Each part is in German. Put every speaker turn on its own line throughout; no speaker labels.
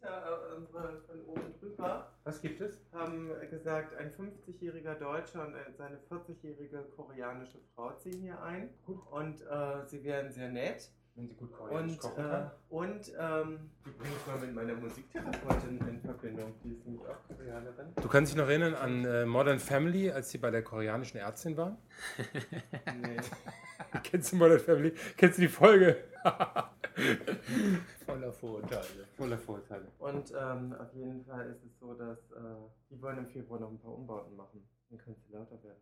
äh, Super
Was gibt es?
haben gesagt, ein 50-jähriger Deutscher und äh, seine 40-jährige koreanische Frau ziehen hier ein. Und äh, sie werden sehr nett.
Wenn sie gut koreanisch
Und,
kochen
äh,
kann.
und ähm, die bringe ich mal mit meiner Musiktherapeutin in Verbindung. Die ist nämlich auch Koreanerin.
Du kannst dich noch erinnern an äh, Modern Family, als sie bei der koreanischen Ärztin war?
Nee.
Kennst du Modern Family? Kennst du die Folge?
Voller Vorurteile.
Voller Vorurteile.
Und ähm, auf jeden Fall ist es so, dass äh, die wollen im Februar noch ein paar Umbauten machen. Dann kannst du lauter werden.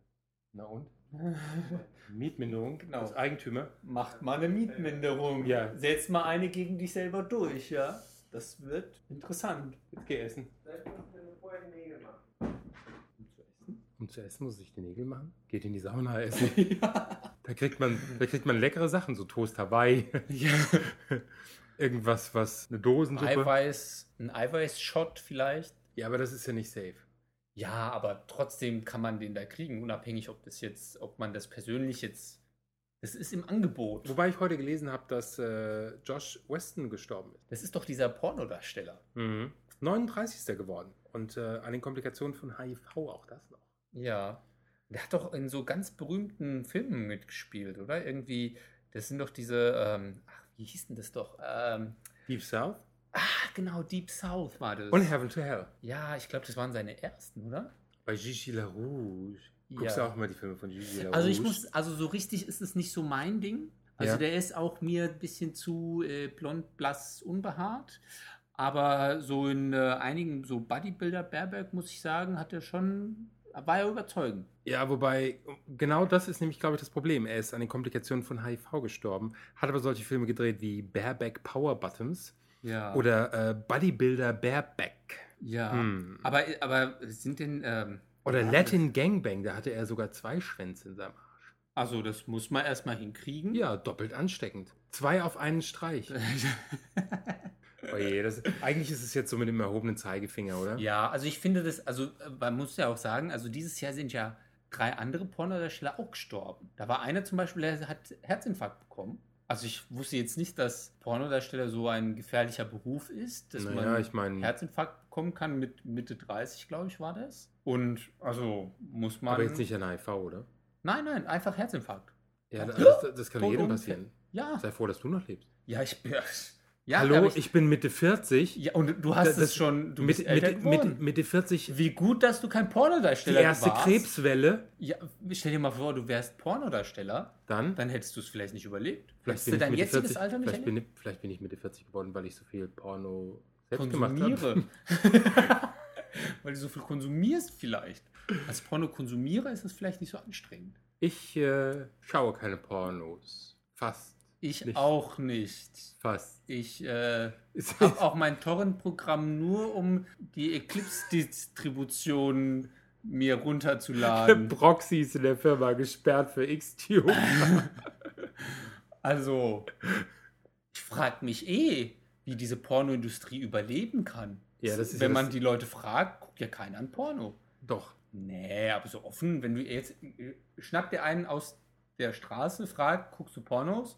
Na und? Mietminderung
Genau.
als Eigentümer.
Macht mal eine Mietminderung.
Ja.
Setz mal eine gegen dich selber durch, ja. Das wird interessant.
Jetzt geh essen.
Vielleicht musst du vorher die Nägel machen.
Um zu essen muss ich die Nägel machen. Geht in die Sauna essen. Da kriegt man, da kriegt man leckere Sachen, so Toast Hawaii. Irgendwas, was eine Dosensuppe.
Eiweiß, ein Eiweiß-Shot vielleicht.
Ja, aber das ist ja nicht safe.
Ja, aber trotzdem kann man den da kriegen, unabhängig, ob das jetzt, ob man das persönlich jetzt. Das ist im Angebot.
Wobei ich heute gelesen habe, dass äh, Josh Weston gestorben ist.
Das ist doch dieser Pornodarsteller.
39 ist er Mhm. geworden. Und äh, an den Komplikationen von HIV auch das noch.
Ja. Der hat doch in so ganz berühmten Filmen mitgespielt, oder? Irgendwie, das sind doch diese, ähm, ach, wie hieß denn das doch? Ähm,
Deep South
ach, genau, Deep South war das.
und Heaven to Hell.
ja, ich glaube, das waren seine ersten, oder?
Bei Gigi LaRouche. Guckst
Ja.
du auch immer die Filme von Gigi LaRouche?
Also ich muss, also so richtig ist es nicht so mein Ding. Also
Ja.
der ist auch mir ein bisschen zu äh, blond, blass, unbehaart. Aber so in äh, einigen, so Bodybuilder Berberg, muss ich sagen, hat er schon, war er überzeugend.
Ja, wobei, genau das ist nämlich, glaube ich, das Problem. Er ist an den Komplikationen von HIV gestorben, hat aber solche Filme gedreht wie Bareback Power Bottoms
Ja.
oder äh, Bodybuilder Bareback.
Ja.
Hm.
Aber, aber sind denn, ähm,
Oder
ja,
Latin Gangbang, da hatte er sogar zwei Schwänze in seinem Arsch.
das- Also das muss man erstmal hinkriegen.
Ja, doppelt ansteckend. Zwei auf einen Streich. Oje, Oh das, eigentlich ist es jetzt so mit dem erhobenen Zeigefinger, oder?
Ja, also ich finde das, also äh, man muss ja auch sagen, also dieses Jahr sind ja drei andere Pornodarsteller auch gestorben. Da war einer zum Beispiel, der hat Herzinfarkt bekommen. Also ich wusste jetzt nicht, dass Pornodarsteller so ein gefährlicher Beruf ist, dass
naja,
man
ich meine,
Herzinfarkt bekommen kann mit Mitte 30, glaube ich, war das. Und also muss man.
aber jetzt nicht an HIV, oder?
Nein, nein, einfach Herzinfarkt.
Ja,
Ja.
das, das, das kann
Tot
jedem
und-
passieren.
Ja.
Sei froh, dass du noch lebst.
Ja, ich bin. Ja,
Hallo,
aber
ich, bin Mitte 40.
ja, und du hast
Das-
es
das-
schon. Du bist
Mitte,
älter
Mitte, Mitte,
geworden.
Mitte 40,
Wie gut, dass du kein
die
Pornodarsteller warst.
erste Krebswelle.
Ja, stell dir mal vor, du wärst Pornodarsteller,
Dann,
dann hättest du es vielleicht nicht überlebt.
vielleicht,
Hättest
bin
du
ich
dein
Mitte
jetziges
40,
Alter nicht
vielleicht, bin,
erlebt?
ich- vielleicht bin ich Mitte 40 geworden, weil ich so viel Porno selbst gemacht habe.
Konsumiere. Weil du so viel konsumierst vielleicht. Als Pornokonsumierer ist es vielleicht nicht so anstrengend.
Ich äh, schaue keine Pornos. Fast.
Ich
Nicht.
auch nicht.
Fast.
Ich äh,
Ist-
habe auch mein Torrent-Programm nur, um die Eclipse-Distribution mir runterzuladen.
Proxys in der Firma gesperrt für Xtube.
Also, ich frage mich eh, wie diese Pornoindustrie überleben kann.
Ja, das ist
wenn
ja
man
das-
die Leute fragt, guckt ja keiner an Porno.
Doch.
Nee, aber so offen, wenn du jetzt äh, schnappt dir einen aus der Straße, fragt, guckst du Pornos?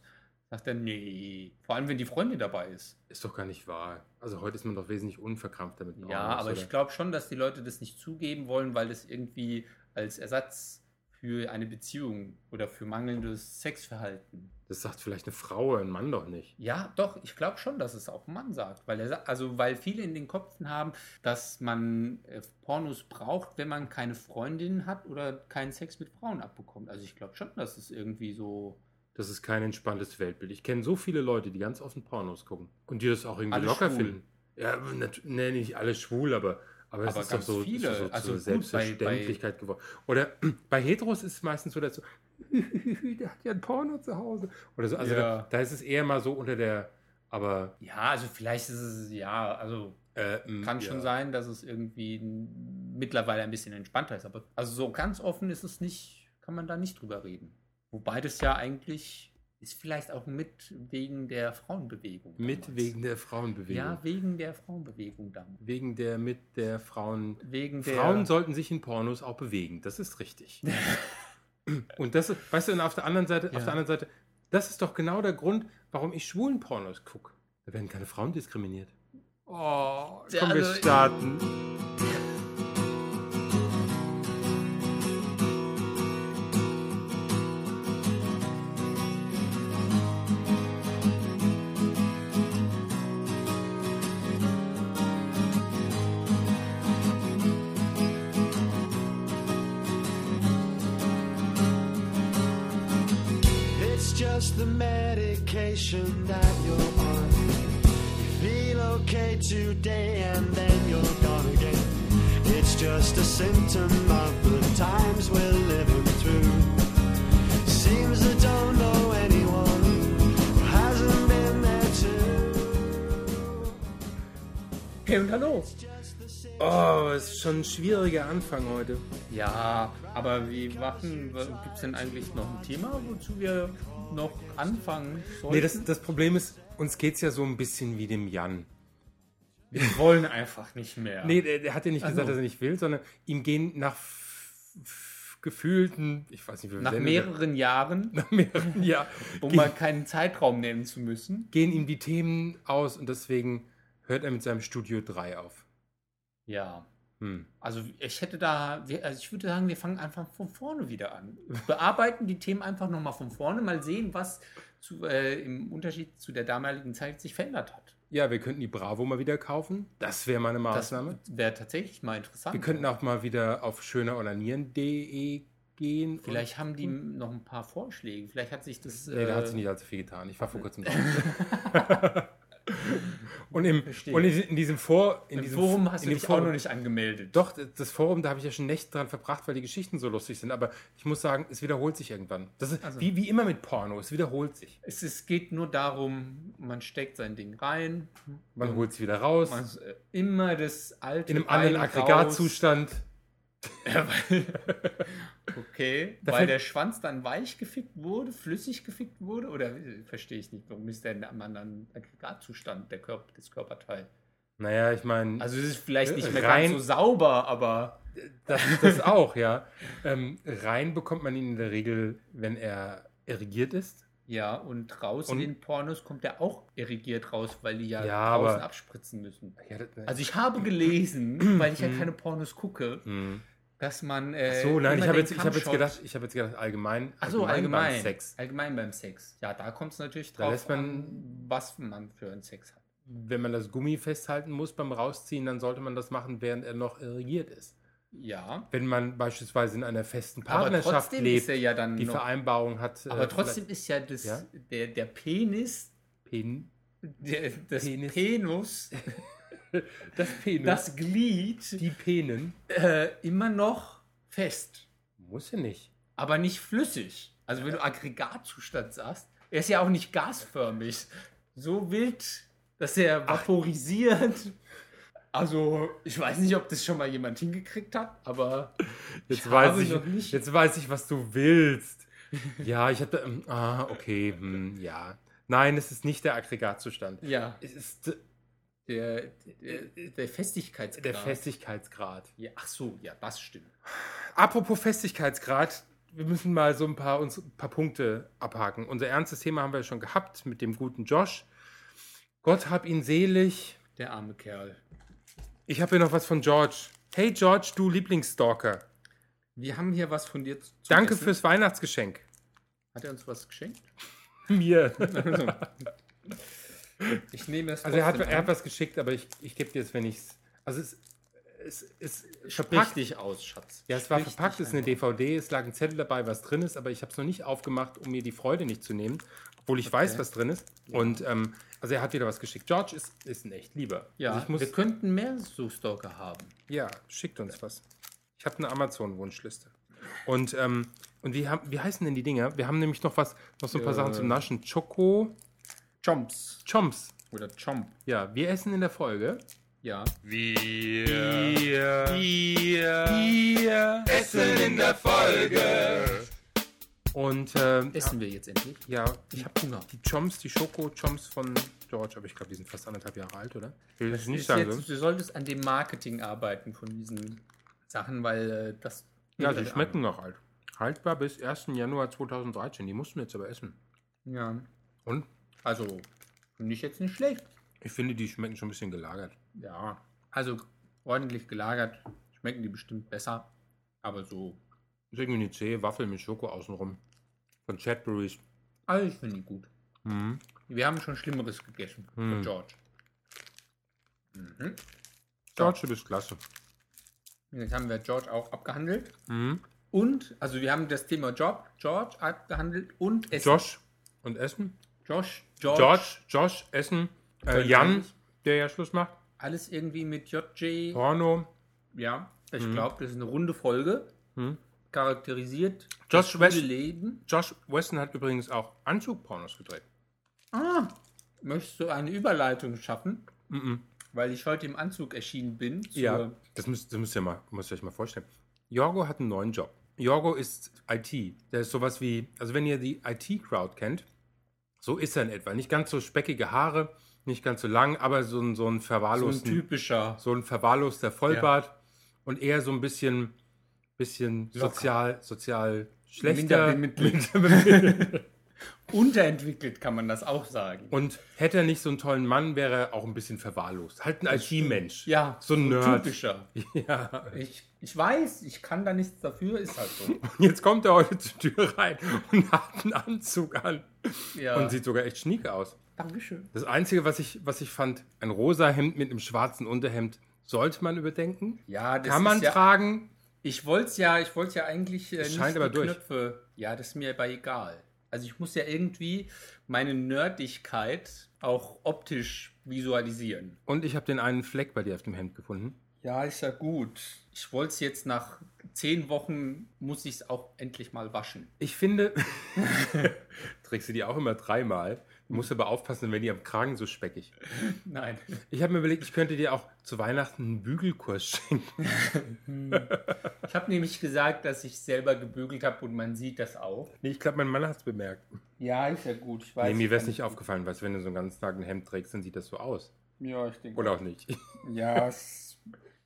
Sagt er, nee. Vor allem, wenn die Freundin dabei ist.
Ist doch gar nicht wahr. Also heute ist man doch wesentlich unverkrampfter mit Pornos.
ja, aber
oder?
ich glaube schon, dass die Leute das nicht zugeben wollen, weil das irgendwie als Ersatz für eine Beziehung oder für mangelndes Sexverhalten
Das sagt vielleicht eine Frau, ein Mann doch nicht.
Ja, doch, ich glaube schon, dass es auch ein Mann sagt, weil er sa- also weil viele in den Köpfen haben, dass man äh, Pornos braucht, wenn man keine Freundin hat oder keinen Sex mit Frauen abbekommt. Also ich glaube schon, dass es irgendwie so
Das ist kein entspanntes Weltbild. Ich kenne so viele Leute, die ganz offen Pornos gucken und die das auch irgendwie
Alle
locker
schwul.
finden. Ja, nat- nee, nicht alle schwul, aber, aber es
Aber
ist doch
ganz
so,
viele.
es Ist doch so
Also
zur
gut, bei-
Selbstverständlichkeit geworden. Oder bei Heteros ist es meistens so, dass so, der hat ja ein Porno zu Hause. Oder so. Also
Ja.
da, da ist es eher mal so unter der, aber
ja, also vielleicht ist es ja, also
äh, m,
kann
ja.
schon sein, dass es irgendwie n- mittlerweile ein bisschen entspannter ist, aber also so ganz offen ist es nicht, kann man da nicht drüber reden. Wobei das ja eigentlich ist vielleicht auch mit wegen der Frauenbewegung.
Mit
damals.
wegen der Frauenbewegung.
Ja, wegen der Frauenbewegung damals.
Wegen der mit der Frauen.
Wegen der
Frauen sollten sich in Pornos auch bewegen, das ist richtig. und das, ist- weißt du, und auf der anderen Seite,
Ja.
auf der anderen Seite, das ist doch genau der Grund, warum ich schwulen Pornos gucke. Da werden keine Frauen diskriminiert. Oh,
Ja,
komm, wir
also-
starten.
vacation that you're on. You feel okay today and then you're gone again. It's just a symptom of the times we're living through. Seems I don't know anyone who hasn't been there too.
Okay, und hallo.
Oh, ist schon ein schwieriger Anfang heute.
Ja, aber wie machen, gibt es denn eigentlich noch ein Thema, wozu wir noch anfangen sollten?
Nee, das, das Problem ist, uns geht's ja so ein bisschen wie dem Jan.
wir wollen einfach nicht mehr.
Nee, der, der hat ja nicht
Ach
gesagt,
so.
dass er nicht will, sondern ihm gehen nach f- f- gefühlten, ich weiß nicht, wie wir
Nach
Sendungen-
mehreren Jahren,
nach mehreren, ja,
um
gehen-
mal keinen Zeitraum nennen zu müssen.
gehen ihm die Themen aus und deswegen hört er mit seinem Studio 3 auf.
Ja.
Hm.
Also ich hätte da, wir- also ich würde sagen, wir fangen einfach von vorne wieder an. Bearbeiten die Themen einfach nochmal von vorne, mal sehen, was zu, äh, im Unterschied zu der damaligen Zeit sich verändert hat.
Ja, wir könnten die Bravo mal wieder kaufen. Das wäre mal eine Maßnahme.
Das wäre tatsächlich mal interessant.
wir könnten auch mal wieder auf schönerornanieren.de gehen.
Vielleicht äh, haben die noch ein paar Vorschläge. Vielleicht hat sich das.
hm. Nee, da hat sich nicht allzu viel getan. Ich war
äh,
vor kurzem da. und im,
Verstehe.
und in, in diesem Vor... In
Im
diesem,
Forum hast
in
du
dem
dich auch noch nicht angemeldet.
Doch, das Forum, da habe ich ja schon Nächte dran verbracht, weil die Geschichten so lustig sind. Aber ich muss sagen, es wiederholt sich irgendwann. Das ist
Also.
wie, wie immer mit Porno, es wiederholt sich.
Es, es geht nur darum, man steckt sein Ding rein,
Man holt es wieder raus.
Mhm. man ist, äh, immer das alte.
in einem anderen
rein, raus.
Aggregatzustand.
Okay,
Da
weil
fällt-
der Schwanz dann weich gefickt wurde, flüssig gefickt wurde? Oder äh, verstehe ich nicht, warum ist der in einem anderen Aggregatzustand der Körper, das Körperteil?
Naja, ich meine,
Also es ist vielleicht nicht mehr
Äh, Rein-
ganz so sauber, aber
das ist das auch, ja. Ähm, rein bekommt man ihn in der Regel, wenn er erregiert ist.
ja, und raus
Und-
in den Pornos kommt der auch irrigiert raus, weil die ja,
Ja,
draußen
aber-
abspritzen müssen.
Ja, das-
Also ich habe gelesen, weil ich ja keine Pornos gucke,
Hm.
dass man. Äh,
Ach so, nein, ich
immer
habe
den
jetzt, ich hab jetzt
Kampfshot-
gedacht, ich habe jetzt gedacht, allgemein.
Ach so,
beim
allgemein.
Sex.
Allgemein beim Sex. Ja, da kommt es natürlich
Da
drauf
lässt man-
an, was man für einen Sex hat.
Wenn man das Gummi festhalten muss beim Rausziehen, dann sollte man das machen, während er noch erregiert ist.
Ja.
Wenn man beispielsweise in einer festen
Aber
Partnerschaft
trotzdem ist
lebt,
er ja dann
die
noch,
Vereinbarung hat. äh,
Aber trotzdem ist ja, das,
Ja?
Der, der Penis,
vielleicht Pen,
der, das
Penis.
Penus,
das Penis,
das Glied
die Penen.
äh, immer noch fest,
Muss ja nicht.
aber nicht flüssig. Also wenn du Aggregatzustand sagst, er ist ja auch nicht gasförmig. So wild, dass er vaporisiert. Also, ich weiß nicht, ob das schon mal jemand hingekriegt hat, aber
Jetzt
Ich
weiß
habe
ich,
noch nicht-
jetzt weiß ich, was du willst. Ja, ich hatte. Ähm, ah, okay, hm, ja. Nein, es ist nicht der Aggregatzustand.
ja,
Es ist
der, der, der Festigkeitsgrad.
der Festigkeitsgrad.
ja, ach so, ja, das stimmt.
Apropos Festigkeitsgrad, wir müssen mal so ein paar, uns, ein paar Punkte abhaken. Unser ernstes Thema haben wir schon gehabt mit dem guten Josh. Gott hab ihn selig.
Der arme Kerl.
Ich habe hier noch was von George. Hey George, du Lieblingsstalker.
Wir haben hier was von dir zu zu
Danke
essen.
fürs Weihnachtsgeschenk.
Hat er uns was geschenkt?
Mir.
Also. ich nehme das
Also er hat,
trotzdem
er hat
an.
was geschickt, aber ich, ich gebe dir es, wenn ich es. Also es, es, es ist
Sprich
verpackt.
dich aus, Schatz.
Ja, es war
Sprich
verpackt,
dich
es ist eine
einfach.
DVD, es lag ein Zettel dabei, was drin ist, aber ich habe es noch nicht aufgemacht, um mir die Freude nicht zu nehmen, obwohl ich weiß, was drin ist. Und ähm, also er hat wieder was geschickt. George ist, ist ein echt lieber.
Ja,
also ich muss,
wir könnten mehr so Stalker haben.
ja schickt uns was. Ich habe eine Amazon-Wunschliste. Und, ähm, und wie, haben, wie heißen denn die Dinger? Wir haben nämlich noch was, noch so ein paar
Äh.
Sachen zum Naschen. Choco
Chomps.
Chomps.
Oder Chomp.
Ja, wir essen in der Folge.
Ja.
Und äh,
Essen wir jetzt endlich.
ja, ich
Ich
habe
hab Hunger.
die Chomps, die Schoko-Chomps von George, aber ich glaube, die sind fast anderthalb Jahre alt, oder? Ich will das nicht
Ist
sagen. ne?
Jetzt, du solltest an dem Marketing arbeiten von diesen Sachen, weil äh, das.
ja, die schmecken noch alt. Haltbar bis 1. Januar 2013. Die mussten wir jetzt aber essen.
Ja.
Und
Also, finde ich jetzt nicht schlecht.
ich finde, die schmecken schon ein bisschen gelagert.
Ja, also ordentlich gelagert. Schmecken die bestimmt besser. Aber so.
Ist irgendwie eine zähe Waffel mit Schoko außenrum. Von Cadbury's.
Also ich finde die gut.
Mhm.
Wir haben schon Schlimmeres gegessen
Hm.
von George. Mhm.
George, du bist klasse.
Und Jetzt haben wir George auch abgehandelt.
Mhm.
Und, also wir haben das Thema Job, George abgehandelt und Essen.
Josh und Essen?
Josh, George,
George, Josh, Essen, äh,
Köln
Jan,
eigentlich.
der ja Schluss macht,
alles irgendwie mit JJ.
Porno,
Ja,
Mhm.
ich glaube, das ist eine runde Folge. Charakterisiert
Josh
das gute
West-
Leben.
Josh Weston hat übrigens auch Anzugpornos gedreht.
Ah, möchtest du eine Überleitung schaffen?
Mhm.
Weil ich heute im Anzug erschienen bin. zur-
Das müsst, das müsst, ihr, mal, müsst ihr euch mal vorstellen. Jorgo hat einen neuen Job. Jorgo ist IT. Der ist sowas wie, also wenn ihr die IT-Crowd kennt, so ist er in etwa. Nicht ganz so speckige Haare, nicht ganz so lang, aber so ein, so ein
So
verwahrlosten
ein typischer.
so ein verwahrloster Vollbart und eher so ein bisschen, bisschen
Locker.
sozial, sozial
Minder
schlechter.
bemittelt. Unterentwickelt kann man das auch sagen.
Und hätte er nicht so einen tollen Mann, wäre er auch ein bisschen verwahrlost. Halt ein IT-Mensch.
ja,
so ein Nerd.
typischer.
Ja.
Ich, ich weiß, ich kann da nichts dafür, ist halt so.
Jetzt kommt er heute zur Tür rein und hat einen Anzug an.
Ja.
Und sieht sogar echt schnieke aus.
Dankeschön.
Das Einzige, was ich, was ich fand, ein rosa Hemd mit einem schwarzen Unterhemd, sollte man überdenken.
Ja, das
Kann man
ist ja,
tragen.
Ich wollte es ja, ich wollte ja eigentlich äh,
Es scheint aber durch.
Knöpfe. Ja, das ist mir aber egal. Also ich muss ja irgendwie meine Nerdigkeit auch optisch visualisieren.
Und ich habe den einen Fleck bei dir auf dem Hemd gefunden.
Ja, ist ja gut. Ich wollte es jetzt nach zehn Wochen, muss ich es auch endlich mal waschen.
Ich finde, trägst du die auch immer dreimal. Du musst aber aufpassen, wenn die am Kragen so speckig.
Nein.
Ich habe mir überlegt, ich könnte dir auch zu Weihnachten einen Bügelkurs schenken.
Ich habe nämlich gesagt, dass ich selber gebügelt habe und man sieht das auch.
Nee, ich glaube, mein Mann hat es bemerkt.
Ja, ist ja gut. Ich weiß.
Nee, mir wäre es nicht aufgefallen, weil wenn du so einen ganzen Tag ein Hemd trägst, dann sieht das so aus.
Ja, ich denke.
Oder auch nicht.
Ja, es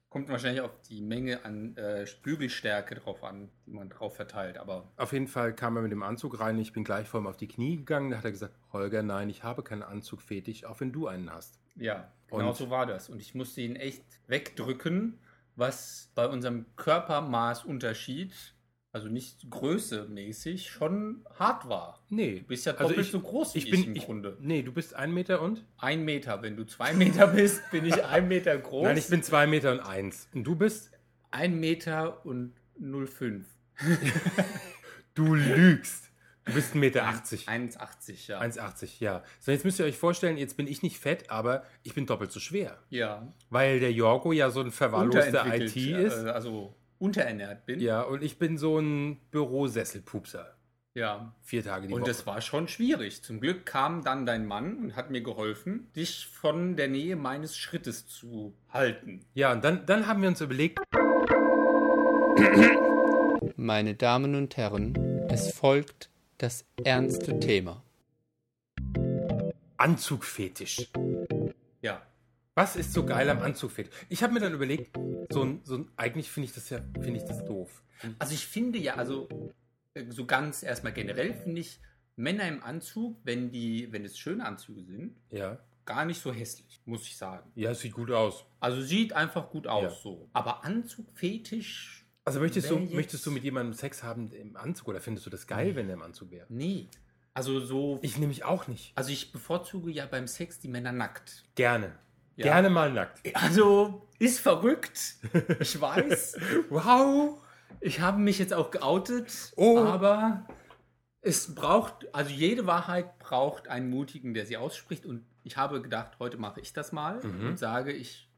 kommt wahrscheinlich auf die Menge an äh, Bügelstärke drauf an, die man drauf verteilt. Aber
Auf jeden Fall kam er mit dem Anzug rein. Ich bin gleich vor ihm auf die Knie gegangen. Da hat er gesagt, Holger, nein, ich habe keinen Anzug fetisch, auch wenn du einen hast.
ja, genau
Und?
so war das. Und ich musste ihn echt wegdrücken, was bei unserem Körpermaßunterschied, also nicht größemäßig, schon hart war.
Nee.
Du bist ja
Also
doppelt
ich-
so groß wie
Ich
ich,
bin
im
ich,
Grunde.
Nee, du bist ein Meter und?
Ein Meter. Wenn du zwei Meter bist, bin ich ein Meter groß.
Nein, ich bin zwei Meter und eins. Und du bist?
ein Meter und 0,5.
Du lügst. Du bist 1,80 Meter.
1,80, ja.
1,80, ja. So, jetzt müsst ihr euch vorstellen, jetzt bin ich nicht fett, aber ich bin doppelt so schwer.
ja.
Weil der Jorgo ja so ein verwahrloster
Unterentwickelt,
IT ist.
äh, Also unterernährt bin.
Ja, und ich bin so ein Bürosesselpupser.
ja.
Vier Tage die
Und
Woche.
das war schon schwierig. Zum Glück kam dann dein Mann und hat mir geholfen, dich von der Nähe meines Schrittes zu halten.
ja, und dann, dann haben wir uns überlegt,
Meine Damen und Herren, es folgt das ernste Thema.
Anzugfetisch.
Ja.
Was ist so geil am Anzugfetisch? Ich habe mir dann überlegt, so ein, so ein eigentlich finde ich das ja, finde ich das doof.
Also ich finde ja, also äh, so ganz erstmal generell finde ich Männer im Anzug, wenn die, wenn es schöne Anzüge sind,
Ja.
gar nicht so hässlich, muss ich sagen.
Ja, sieht gut aus.
Also sieht einfach gut aus
Ja.
so. Aber Anzug fetisch
Also möchtest du,
Wenn jetzt-
möchtest du mit jemandem Sex haben im Anzug oder findest du das geil, wenn er im Anzug wäre?
Nee. Also so.
Ich nehme mich auch nicht.
also ich bevorzuge ja beim Sex die Männer nackt.
Gerne.
Ja.
Gerne mal nackt.
Also ist verrückt. Ich weiß.
Wow.
ich habe mich jetzt auch geoutet.
Oh.
Aber es braucht, also jede Wahrheit braucht einen Mutigen, der sie ausspricht. Und ich habe gedacht, heute mache ich das mal
Mhm.
und sage, ich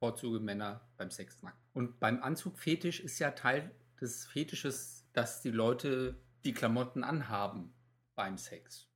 bevorzuge Männer beim Sex nackt. Und beim Anzug Fetisch ist ja Teil des Fetisches, dass die Leute die Klamotten anhaben beim Sex.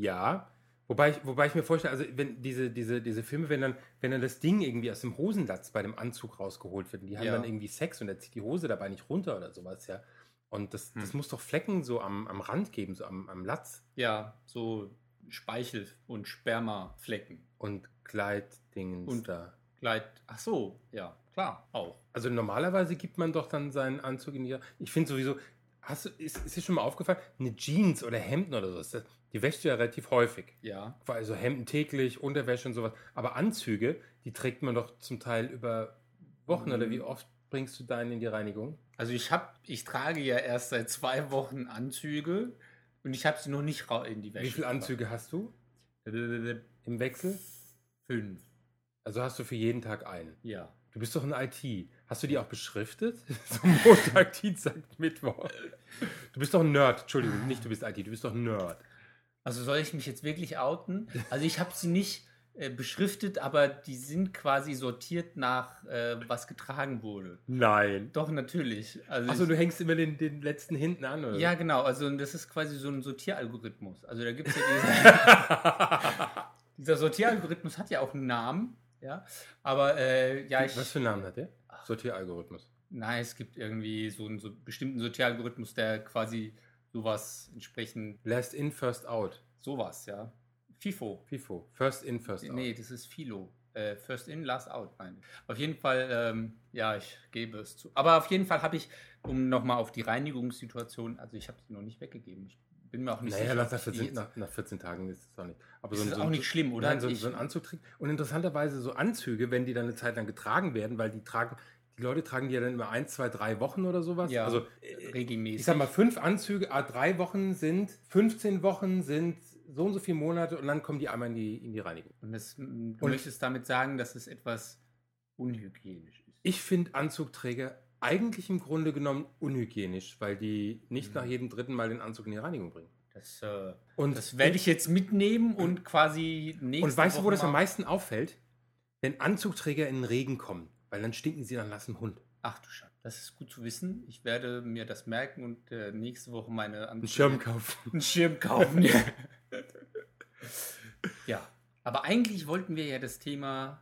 Ja. Wobei ich, wobei ich mir vorstelle, also wenn diese, diese, diese Filme, wenn dann, wenn dann das Ding irgendwie aus dem Hosenlatz bei dem Anzug rausgeholt wird, und die haben
Ja.
dann irgendwie Sex und er zieht die Hose dabei nicht runter oder sowas, ja. Und das, das
Hm.
muss doch Flecken so am, am Rand geben, so am, am Latz.
Ja, so Speichel- und Spermaflecken.
Und Kleidingens
Und-
da.
Gleit. Ach so, ja, klar, auch.
Also normalerweise gibt man doch dann seinen Anzug in die. Ich finde sowieso, hast du, ist, ist dir schon mal aufgefallen, eine Jeans oder Hemden oder sowas, das- die wäschst du ja relativ häufig.
Ja.
Also Hemden täglich, Unterwäsche und sowas. Aber Anzüge, die trägt man doch zum Teil über Wochen
Mhm.
oder wie oft bringst du deinen in die Reinigung?
Also ich habe, ich trage ja erst seit zwei Wochen Anzüge und ich habe sie noch nicht rau- in die Wäsche.
Wie viele Anzüge hast du
gepackt.
im Wechsel?
Fünf.
Also hast du für jeden Tag einen.
Ja.
Du bist doch ein IT. Hast du die auch beschriftet? So Montag, Dienstag, Mittwoch. Du bist doch ein Nerd. Entschuldigung, nicht du bist IT, du bist doch ein Nerd.
Also soll ich mich jetzt wirklich outen? Also ich habe sie nicht äh, beschriftet, aber die sind quasi sortiert nach, äh, was getragen wurde.
Nein.
Doch, natürlich. Also
Achso,
ich-
du hängst immer den, den letzten hinten an, oder?
ja, genau. Also das ist quasi so ein Sortieralgorithmus. Also da gibt es ja diesen, Dieser Sortieralgorithmus hat ja auch einen Namen. Ja, aber äh, ja, ich.
Was für einen Namen hat der? Sortieralgorithmus.
Nein, es gibt irgendwie so einen so bestimmten Sortieralgorithmus, der quasi sowas entsprechend,
Last in, first out.
sowas, ja. FIFO.
FIFO. First in, first out.
Nee, das ist Philo. Äh, first in, last out, nein. Auf jeden Fall, ähm, ja, ich gebe es zu. Aber auf jeden Fall habe ich, um nochmal auf die Reinigungssituation, also ich habe sie noch nicht weggegeben. Ich bin mir auch nicht
Naja, nach,
ob
nach,
die
14,
jetzt-
nach, nach 14 Tagen ist es auch nicht. Aber
Ist
ein-
das
ein-
auch nicht schlimm, oder?
Nein, so, ein-
Ich-
so ein Anzug trägt. Und interessanterweise so Anzüge, wenn die dann eine Zeit lang getragen werden, weil die tragen, die Leute tragen die ja dann immer ein, zwei, drei Wochen oder sowas.
Ja,
Also
äh,
äh,
regelmäßig.
ich sag mal, fünf Anzüge, ah, drei Wochen sind, 15 Wochen sind so und so viele Monate und dann kommen die einmal in die, in die Reinigung.
und das, m, du
Und-
möchtest damit sagen, dass es etwas unhygienisch ist.
Ich finde Anzugträger eigentlich im Grunde genommen unhygienisch, weil die nicht
Mhm.
nach jedem dritten Mal den Anzug in die Reinigung bringen.
Das, äh,
Und
das werde ich jetzt mitnehmen und quasi nächste
Und weißt du, wo
Woche
das am
mal-
meisten auffällt? Wenn Anzugträger in den Regen kommen, weil dann stinken sie nach nassem Hund.
Ach du Scheiße, das ist gut zu wissen. Ich werde mir das merken und äh, nächste Woche meine Anzüge-
kaufen.
einen Schirm kaufen. ja. ja, aber eigentlich wollten wir ja das Thema,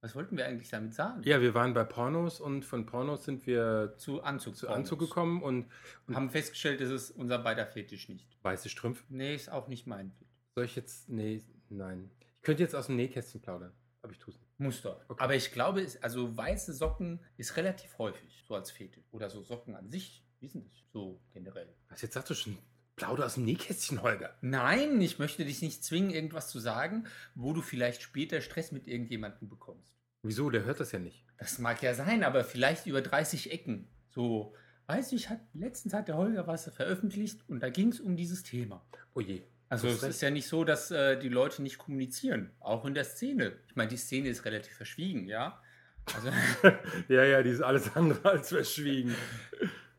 was wollten wir eigentlich damit sagen?
Ja, wir waren bei Pornos und von Pornos sind wir
Zu Anzug.
zu Anzug gekommen und
Haben festgestellt, das ist unser beider Fetisch nicht.
weiße Strümpfe.
Nee, ist auch nicht mein Fetisch.
Soll ich jetzt. Nee, nein. Ich könnte jetzt aus dem Nähkästchen plaudern, aber ich tue es nicht.
Muster.
Okay.
Aber ich glaube, es, also weiße Socken ist relativ häufig, so als Fetisch. Oder so Socken an sich, wie sind das so generell?
Was jetzt sagst du schon? Plauder aus dem Nähkästchen, Holger.
Nein, ich möchte dich nicht zwingen, irgendwas zu sagen, wo du vielleicht später Stress mit irgendjemandem bekommst.
Wieso? Der hört das ja nicht.
Das mag ja sein, aber vielleicht über 30 Ecken. So, weißt du, ich hat, letztens hat der Holger was veröffentlicht und da ging es um dieses Thema.
Oh je.
Also
Das
es
ist recht.
ist ja nicht so, dass äh, die Leute nicht kommunizieren, auch in der Szene. Ich meine, die Szene ist relativ verschwiegen, ja. Also
Ja, ja, die ist alles andere als verschwiegen.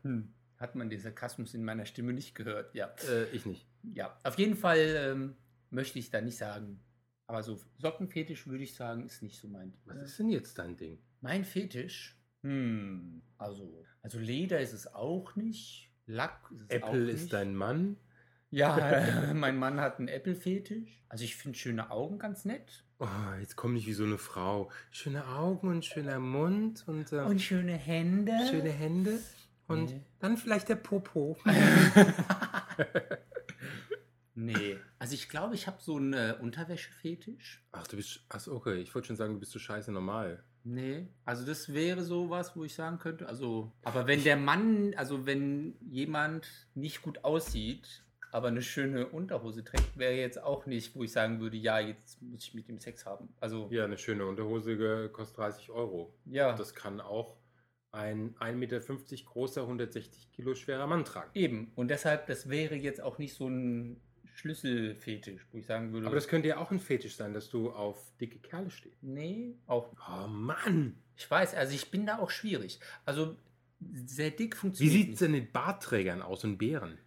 hm, hat man den Sarkasmus in meiner Stimme nicht gehört, ja.
äh, ich nicht.
Ja, auf jeden Fall ähm, möchte ich da nicht sagen. Aber so Sockenfetisch würde ich sagen, ist nicht so mein Ding.
Was ist denn jetzt dein Ding?
Mein Fetisch? Hm, also, also Leder ist es auch nicht. Lack ist es auch
Apple
nicht.
ist dein Mann.
Ja, äh, mein Mann hat einen Apple-Fetisch. Also ich finde schöne Augen ganz nett.
Oh, jetzt komm nicht wie so eine Frau. Schöne Augen und schöner Mund und, äh,
Und schöne Hände.
schöne Hände und
Nee.
dann vielleicht der Popo.
Nee. Also ich glaube, ich habe so einen äh, Unterwäsche-Fetisch.
Ach, du bist. Ach, okay. Ich wollte schon sagen, du bist so scheiße normal.
Nee, also das wäre sowas, wo ich sagen könnte, also, aber wenn der Mann, also wenn jemand nicht gut aussieht, aber eine schöne Unterhose trägt, wäre jetzt auch nicht, wo ich sagen würde, ja, jetzt muss ich mit ihm Sex haben. Also,
Ja, eine schöne Unterhose äh, kostet 30 Euro.
ja,
Das kann auch ein 1,50 Meter großer, 160 Kilo schwerer Mann tragen.
eben. Und deshalb, das wäre jetzt auch nicht so ein Schlüsselfetisch, wo ich sagen würde,
Aber das könnte ja auch ein Fetisch sein, dass du auf dicke Kerle stehst.
nee, auch.
Oh Mann!
Ich weiß, also ich bin da auch schwierig. Also, sehr dick
Wie
funktioniert
sieht es
nicht.
denn mit Bartträgern aus und Bären?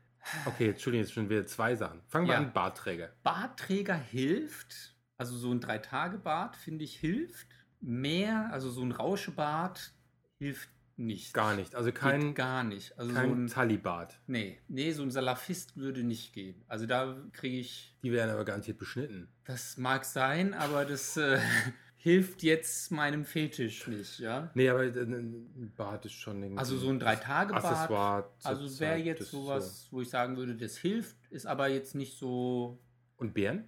Okay, Entschuldigung, jetzt schon wieder zwei Sachen. Fangen wir
Ja.
an mit Bartträger.
Bartträger hilft, also so ein Drei-Tage-Bart, finde ich, hilft. Mehr, also so ein Rauschebart hilft nicht.
Gar nicht. Also
Geht
kein,
gar nicht. Also so
kein
ein,
Talibat.
nee, nee, so ein Salafist würde nicht gehen. Also da kriege ich,
Die werden aber garantiert beschnitten.
das mag sein, aber das äh, hilft jetzt meinem Fetisch nicht, ja.
Nee, aber äh, ein Bart ist schon irgendwie
Also so ein Drei-Tage-Bart.
Accessoire. zur
Also wäre
Zeit
jetzt
des, äh,
sowas, wo ich sagen würde, das hilft, ist aber jetzt nicht so
äh, Und Bären?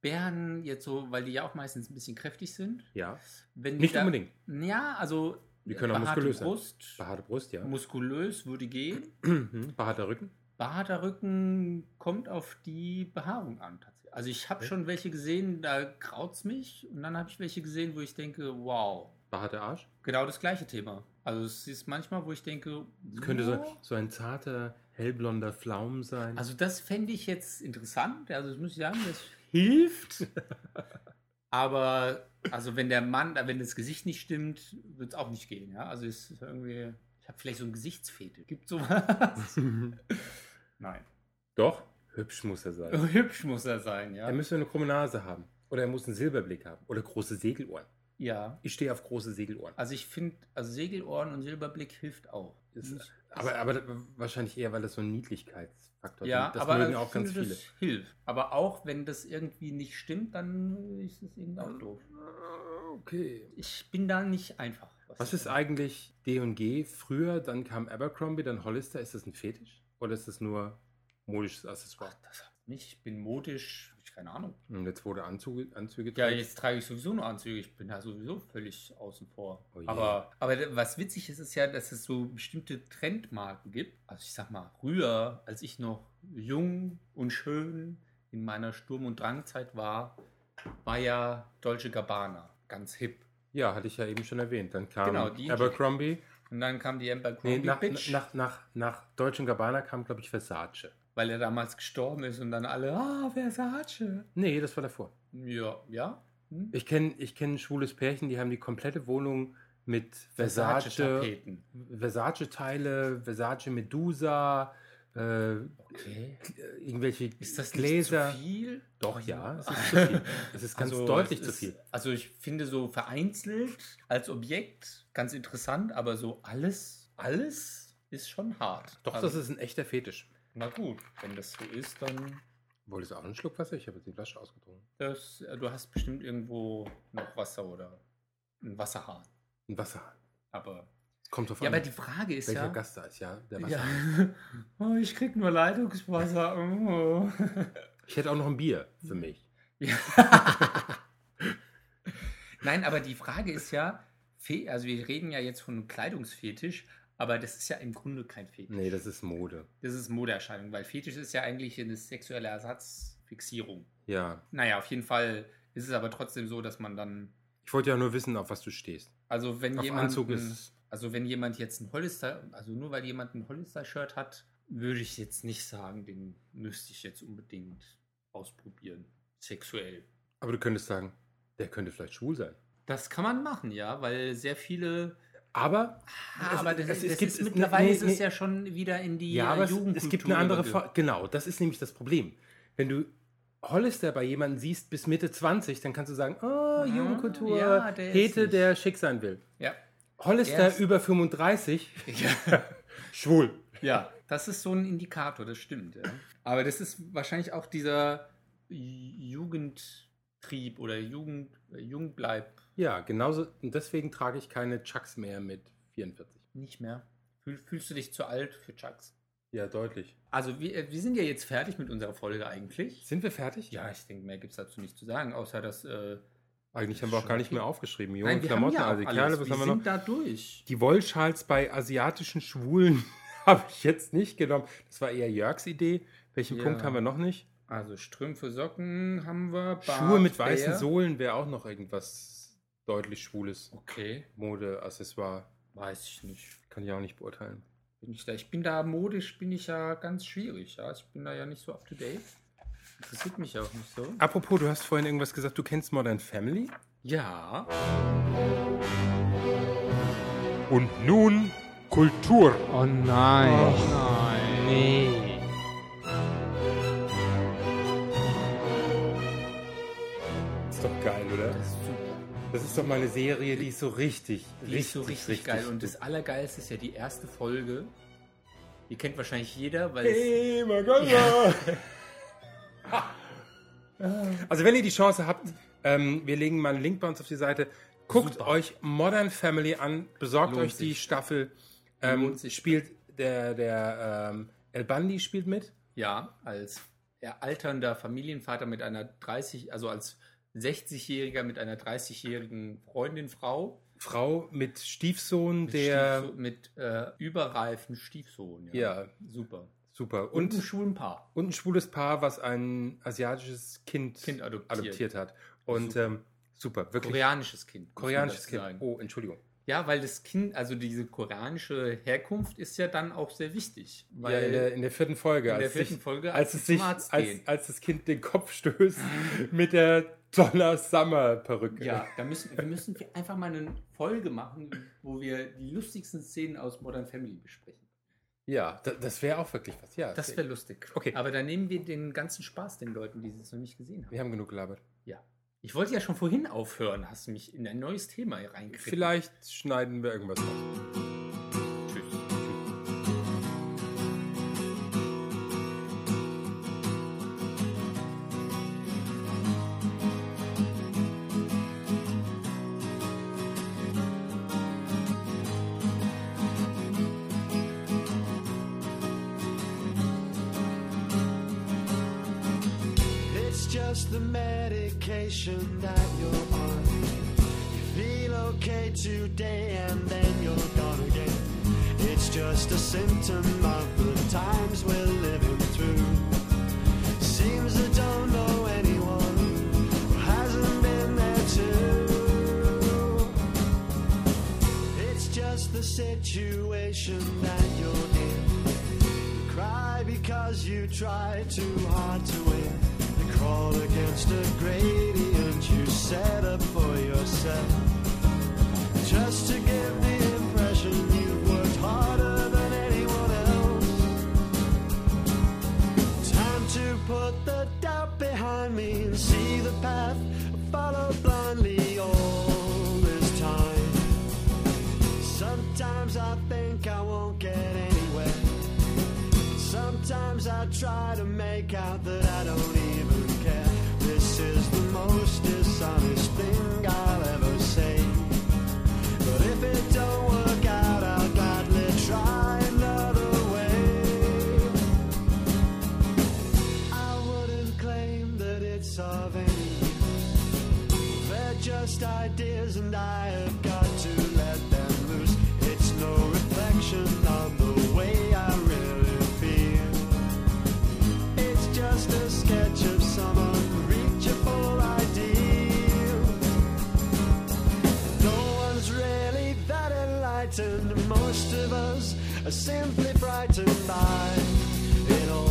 Bären jetzt so, weil die ja auch meistens ein bisschen kräftig sind.
Ja.
Wenn die
Nicht
da-
unbedingt.
Ja, also
Die können auch
behaarte
muskulös sein.
Brust,
Behaarte Brust, ja.
muskulös würde gehen.
Mhm. Behaarter Rücken.
Behaarter Rücken kommt auf die Behaarung an. Tatsächlich. Also ich habe
Okay.
schon welche gesehen, da kraut's mich. Und dann habe ich welche gesehen, wo ich denke, wow,
Behaarter Arsch.
genau das gleiche Thema. Also es ist manchmal, wo ich denke,
Das könnte
ja.
so, so ein zarter, hellblonder Flaum sein.
Also das fände ich jetzt interessant. Also das muss ich sagen, das hilft. Aber also wenn der Mann, wenn das Gesicht nicht stimmt, wird es auch nicht gehen. Ja? Also es ist irgendwie, ich habe vielleicht so ein Gesichtsfete. Gibt sowas? Nein.
Doch. Hübsch muss er sein.
Oh, Hübsch muss er sein, ja.
Er müsste eine krumme Nase haben. Oder er muss einen Silberblick haben. Oder große Segelohren.
Ja.
Ich stehe auf große Segelohren.
Also ich finde, also Segelohren und Silberblick hilft auch.
Ist- aber, aber wahrscheinlich eher, weil das so ein Niedlichkeitsfaktor
ja,
Das
aber
mögen
ich
auch ganz
finde,
viele.
Das hilft. Aber auch wenn das irgendwie nicht stimmt, dann ist es irgendwie auch doof.
Ah, Okay.
Ich bin da nicht einfach.
Was
das
ist
angeht.
eigentlich D&G früher, dann kam Abercrombie, dann Hollister? Ist das ein Fetisch? Oder ist das nur modisches Accessoire?
Ach, das hat mich. Ich bin modisch. Ich keine Ahnung.
Und jetzt wurde Anzüge, Anzüge
Ja,
drin.
jetzt trage ich sowieso nur Anzüge. Ich bin da sowieso völlig außen vor.
Oh je.
aber, aber was witzig ist, ist ja, dass es so bestimmte Trendmarken gibt. Also ich sag mal, früher, als ich noch jung und schön in meiner Sturm- und Drangzeit war, war ja Dolce Gabbana ganz hip.
ja, hatte ich ja eben schon erwähnt. Dann kam
Genau, die-
Abercrombie.
Und dann kam die Amber
Nee,
Crombie
nach,
Bitch,
nach, nach, nach Deutsch und Gabbana kam, glaube ich, Versace.
weil er damals gestorben ist und dann alle, ah, Versace.
Nee, das war davor.
Ja, ja. Hm?
Ich kenne ich kenn ein schwules Pärchen, die haben die komplette Wohnung mit Versace,
Versace-Tapeten.
Versace-Teile, Versace Medusa, äh,
Okay.
irgendwelche
Ist das nicht
Gläser.
zu viel?
Doch,
Also-
ja, es ist zu viel. Es ist ganz
Also,
deutlich
es
zu
ist-
viel.
Also ich finde so vereinzelt als Objekt ganz interessant, aber so alles, alles ist schon hart.
Doch,
also,
das ist ein echter Fetisch.
Na gut, wenn das so ist, dann.
Wolltest du auch einen Schluck Wasser? Ich habe jetzt die Flasche ausgetrunken.
Das, du hast bestimmt irgendwo noch Wasser oder einen Wasserhahn.
Ein Wasser.
Aber.
Kommt drauf
Ja,
an,
aber die Frage ist
welcher
ja.
Gast da ist. Ja, der Wasser.
ja. Oh, ich krieg nur Leitungswasser. Oh.
Ich hätte auch noch ein Bier für mich.
Ja. Nein, aber die Frage ist ja, Fe- also wir reden ja jetzt von einem Kleidungsfetisch, aber das ist ja im Grunde kein Fetisch.
Nee, das ist Mode.
Das ist Modeerscheinung, weil Fetisch ist ja eigentlich eine sexuelle Ersatzfixierung.
Ja.
Naja, auf jeden Fall ist es aber trotzdem so, dass man dann,
Ich wollte ja nur wissen, auf was du stehst.
also wenn
Auf
jemand,
Anzug ist es.
also wenn jemand jetzt ein Hollister, also nur weil jemand ein Hollister-Shirt hat, würde ich jetzt nicht sagen, den müsste ich jetzt unbedingt ausprobieren, sexuell.
Aber du könntest sagen, der könnte vielleicht schwul sein.
Das kann man machen, ja, weil sehr viele.
Aber
Ah,
Es-
aber das,
es-
ist-
es
das
gibt-
ist
es- ne,
mittlerweile
nee,
ist es
nee.
ja schon wieder in die
ja, aber es,
Jugend.
es gibt eine andere Fa Genau, das ist nämlich das Problem. Wenn du Hollister bei jemandem siehst bis Mitte 20, dann kannst du sagen, oh,
Mhm.
Jugendkultur,
Ja, der ist
Hete,
nicht-
der schick sein will.
Ja.
Hollister
Erst-
über 35,
Ja.
schwul.
ja, das ist so ein Indikator, das stimmt. Ja. Aber das ist wahrscheinlich auch dieser Jugendtrieb oder Jugend, äh, Jungbleib
Ja, genauso. Und deswegen trage ich keine Chucks mehr mit 44.
nicht mehr. Fühl, fühlst du dich zu alt für Chucks?
Ja, deutlich.
Also, wir, wir sind ja jetzt fertig mit unserer Folge eigentlich.
Sind wir fertig?
Ja, ich denke, mehr gibt es dazu nicht zu sagen, außer dass. Äh,
Eigentlich haben wir auch gar nicht mehr aufgeschrieben. Junge
wir
Klamotten,
haben ja auch
also Kerle,
alles.
was
wir
haben wir noch?
sind da durch.
Die Wollschals bei asiatischen Schwulen habe ich jetzt nicht genommen. Das war eher Jörgs Idee. Welchen
Ja.
Punkt haben wir noch nicht?
Also Strümpfe, Socken haben wir. Bart,
Schuhe mit weißen
Bär.
Sohlen wäre auch noch irgendwas deutlich Schwules.
Okay,
Mode, Accessoire.
weiß ich nicht.
Kann ich auch nicht beurteilen.
Bin ich, da, ich bin da modisch, bin ich ja ganz schwierig. Ja? Ich bin da ja nicht so up to date. Interessiert mich auch nicht so.
Apropos, du hast vorhin irgendwas gesagt, du kennst Modern Family?
Ja.
Und nun Kultur.
Oh nein. Oh nein. Nee.
Ist doch geil, oder?
Das ist super.
Das ist doch mal eine Serie, die ist so richtig,
Die ist so richtig, geil. Und das
gut.
Allergeilste ist ja die erste Folge. Die kennt wahrscheinlich jeder, weil es.
Hey, mein Gott. Also wenn ihr die Chance habt, ähm, wir legen mal einen Link bei uns auf die Seite. Guckt
Super.
euch Modern Family an, besorgt
Lohnt
euch die
sich.
Staffel. Ähm,
Lohnt sich.
Spielt der, der ähm, El Bandi spielt mit.
Ja, als ja, alternder Familienvater mit einer 30, also als 60-Jähriger mit einer 30-jährigen Freundin, Frau.
Frau mit Stiefsohn,
Mit
der
Stiefso mit äh, überreifen Stiefsohn.
Ja.
Super.
super
Und,
und
ein schwulen Paar.
und ein schwules Paar, was ein asiatisches Kind,
Kind adoptiert.
adoptiert hat. Und
Super.
super, ähm, super wirklich
Koreanisches Kind. muss man
koreanisches
dazu
Kind.
sagen.
Oh, Entschuldigung.
Ja, weil das Kind, also diese koreanische Herkunft ist ja dann auch sehr wichtig. Weil
ja, in, der, in der vierten Folge,
in der
als sich-
vierten Folge,
als,
als
es
sie
sich,
zum Arzt
als,
gehen.
als das Kind den Kopf stößt mit der Dollar Summer Perücke.
ja, da müssen wir müssen wir einfach mal eine Folge machen, wo wir die lustigsten Szenen aus Modern Family besprechen.
Ja, da- das wäre auch wirklich was. Ja,
Das wäre lustig.
Okay.
Aber dann nehmen wir den ganzen Spaß den Leuten, die es noch nicht gesehen haben.
wir haben genug gelabert.
Ja. Ich wollte ja schon vorhin aufhören, hast mich in ein neues Thema reingekriegt.
Vielleicht schneiden wir irgendwas raus.
Tschüss.
It's just the medication that you're on. You feel okay today and then you're gone again. It's just a symptom of the times we're living through. Seems I don't know anyone who hasn't been there too. It's just the situation that you're in. You cry because you try too hard to win. You crawl against a gradient you set up for yourself. Just to give the impression you've worked harder than anyone else. Time to put the doubt behind me and see the path I followed blindly all this time. Sometimes I think I won't get anywhere. Sometimes I try to make out that I don't even care. This is the most dishonest thing I'll ever say. But if it don't work out, I'll gladly try another way. I wouldn't claim that it's of any use. They're just ideas, and I have got to let them loose. It's no reflection of the way I really feel. It's just a sketch of some unreachable ideal. No one's really that enlightened. Most of us are simply frightened by it all.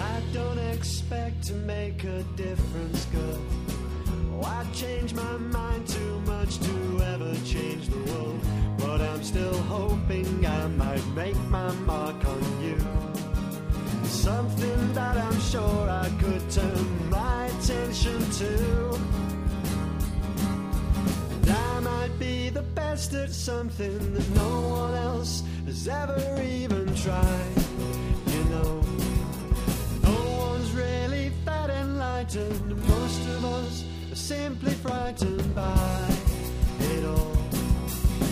I don't expect to make a difference, girl. Oh, I change my mind too much to ever change the world. But I'm still hoping I might make my mark on you. Something that I'm sure I could turn my attention to. And I might be the best at something that no one else has ever even tried. You know. No one's really that enlightened. Most of us are simply frightened by it all.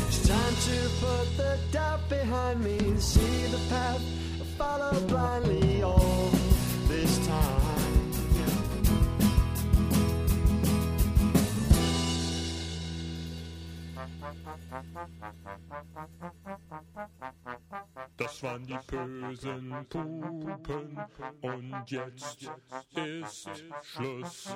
It's time to put the doubt behind me and see the path I follow blindly all this time.
Das waren die bösen Pupen und jetzt ist Schluss.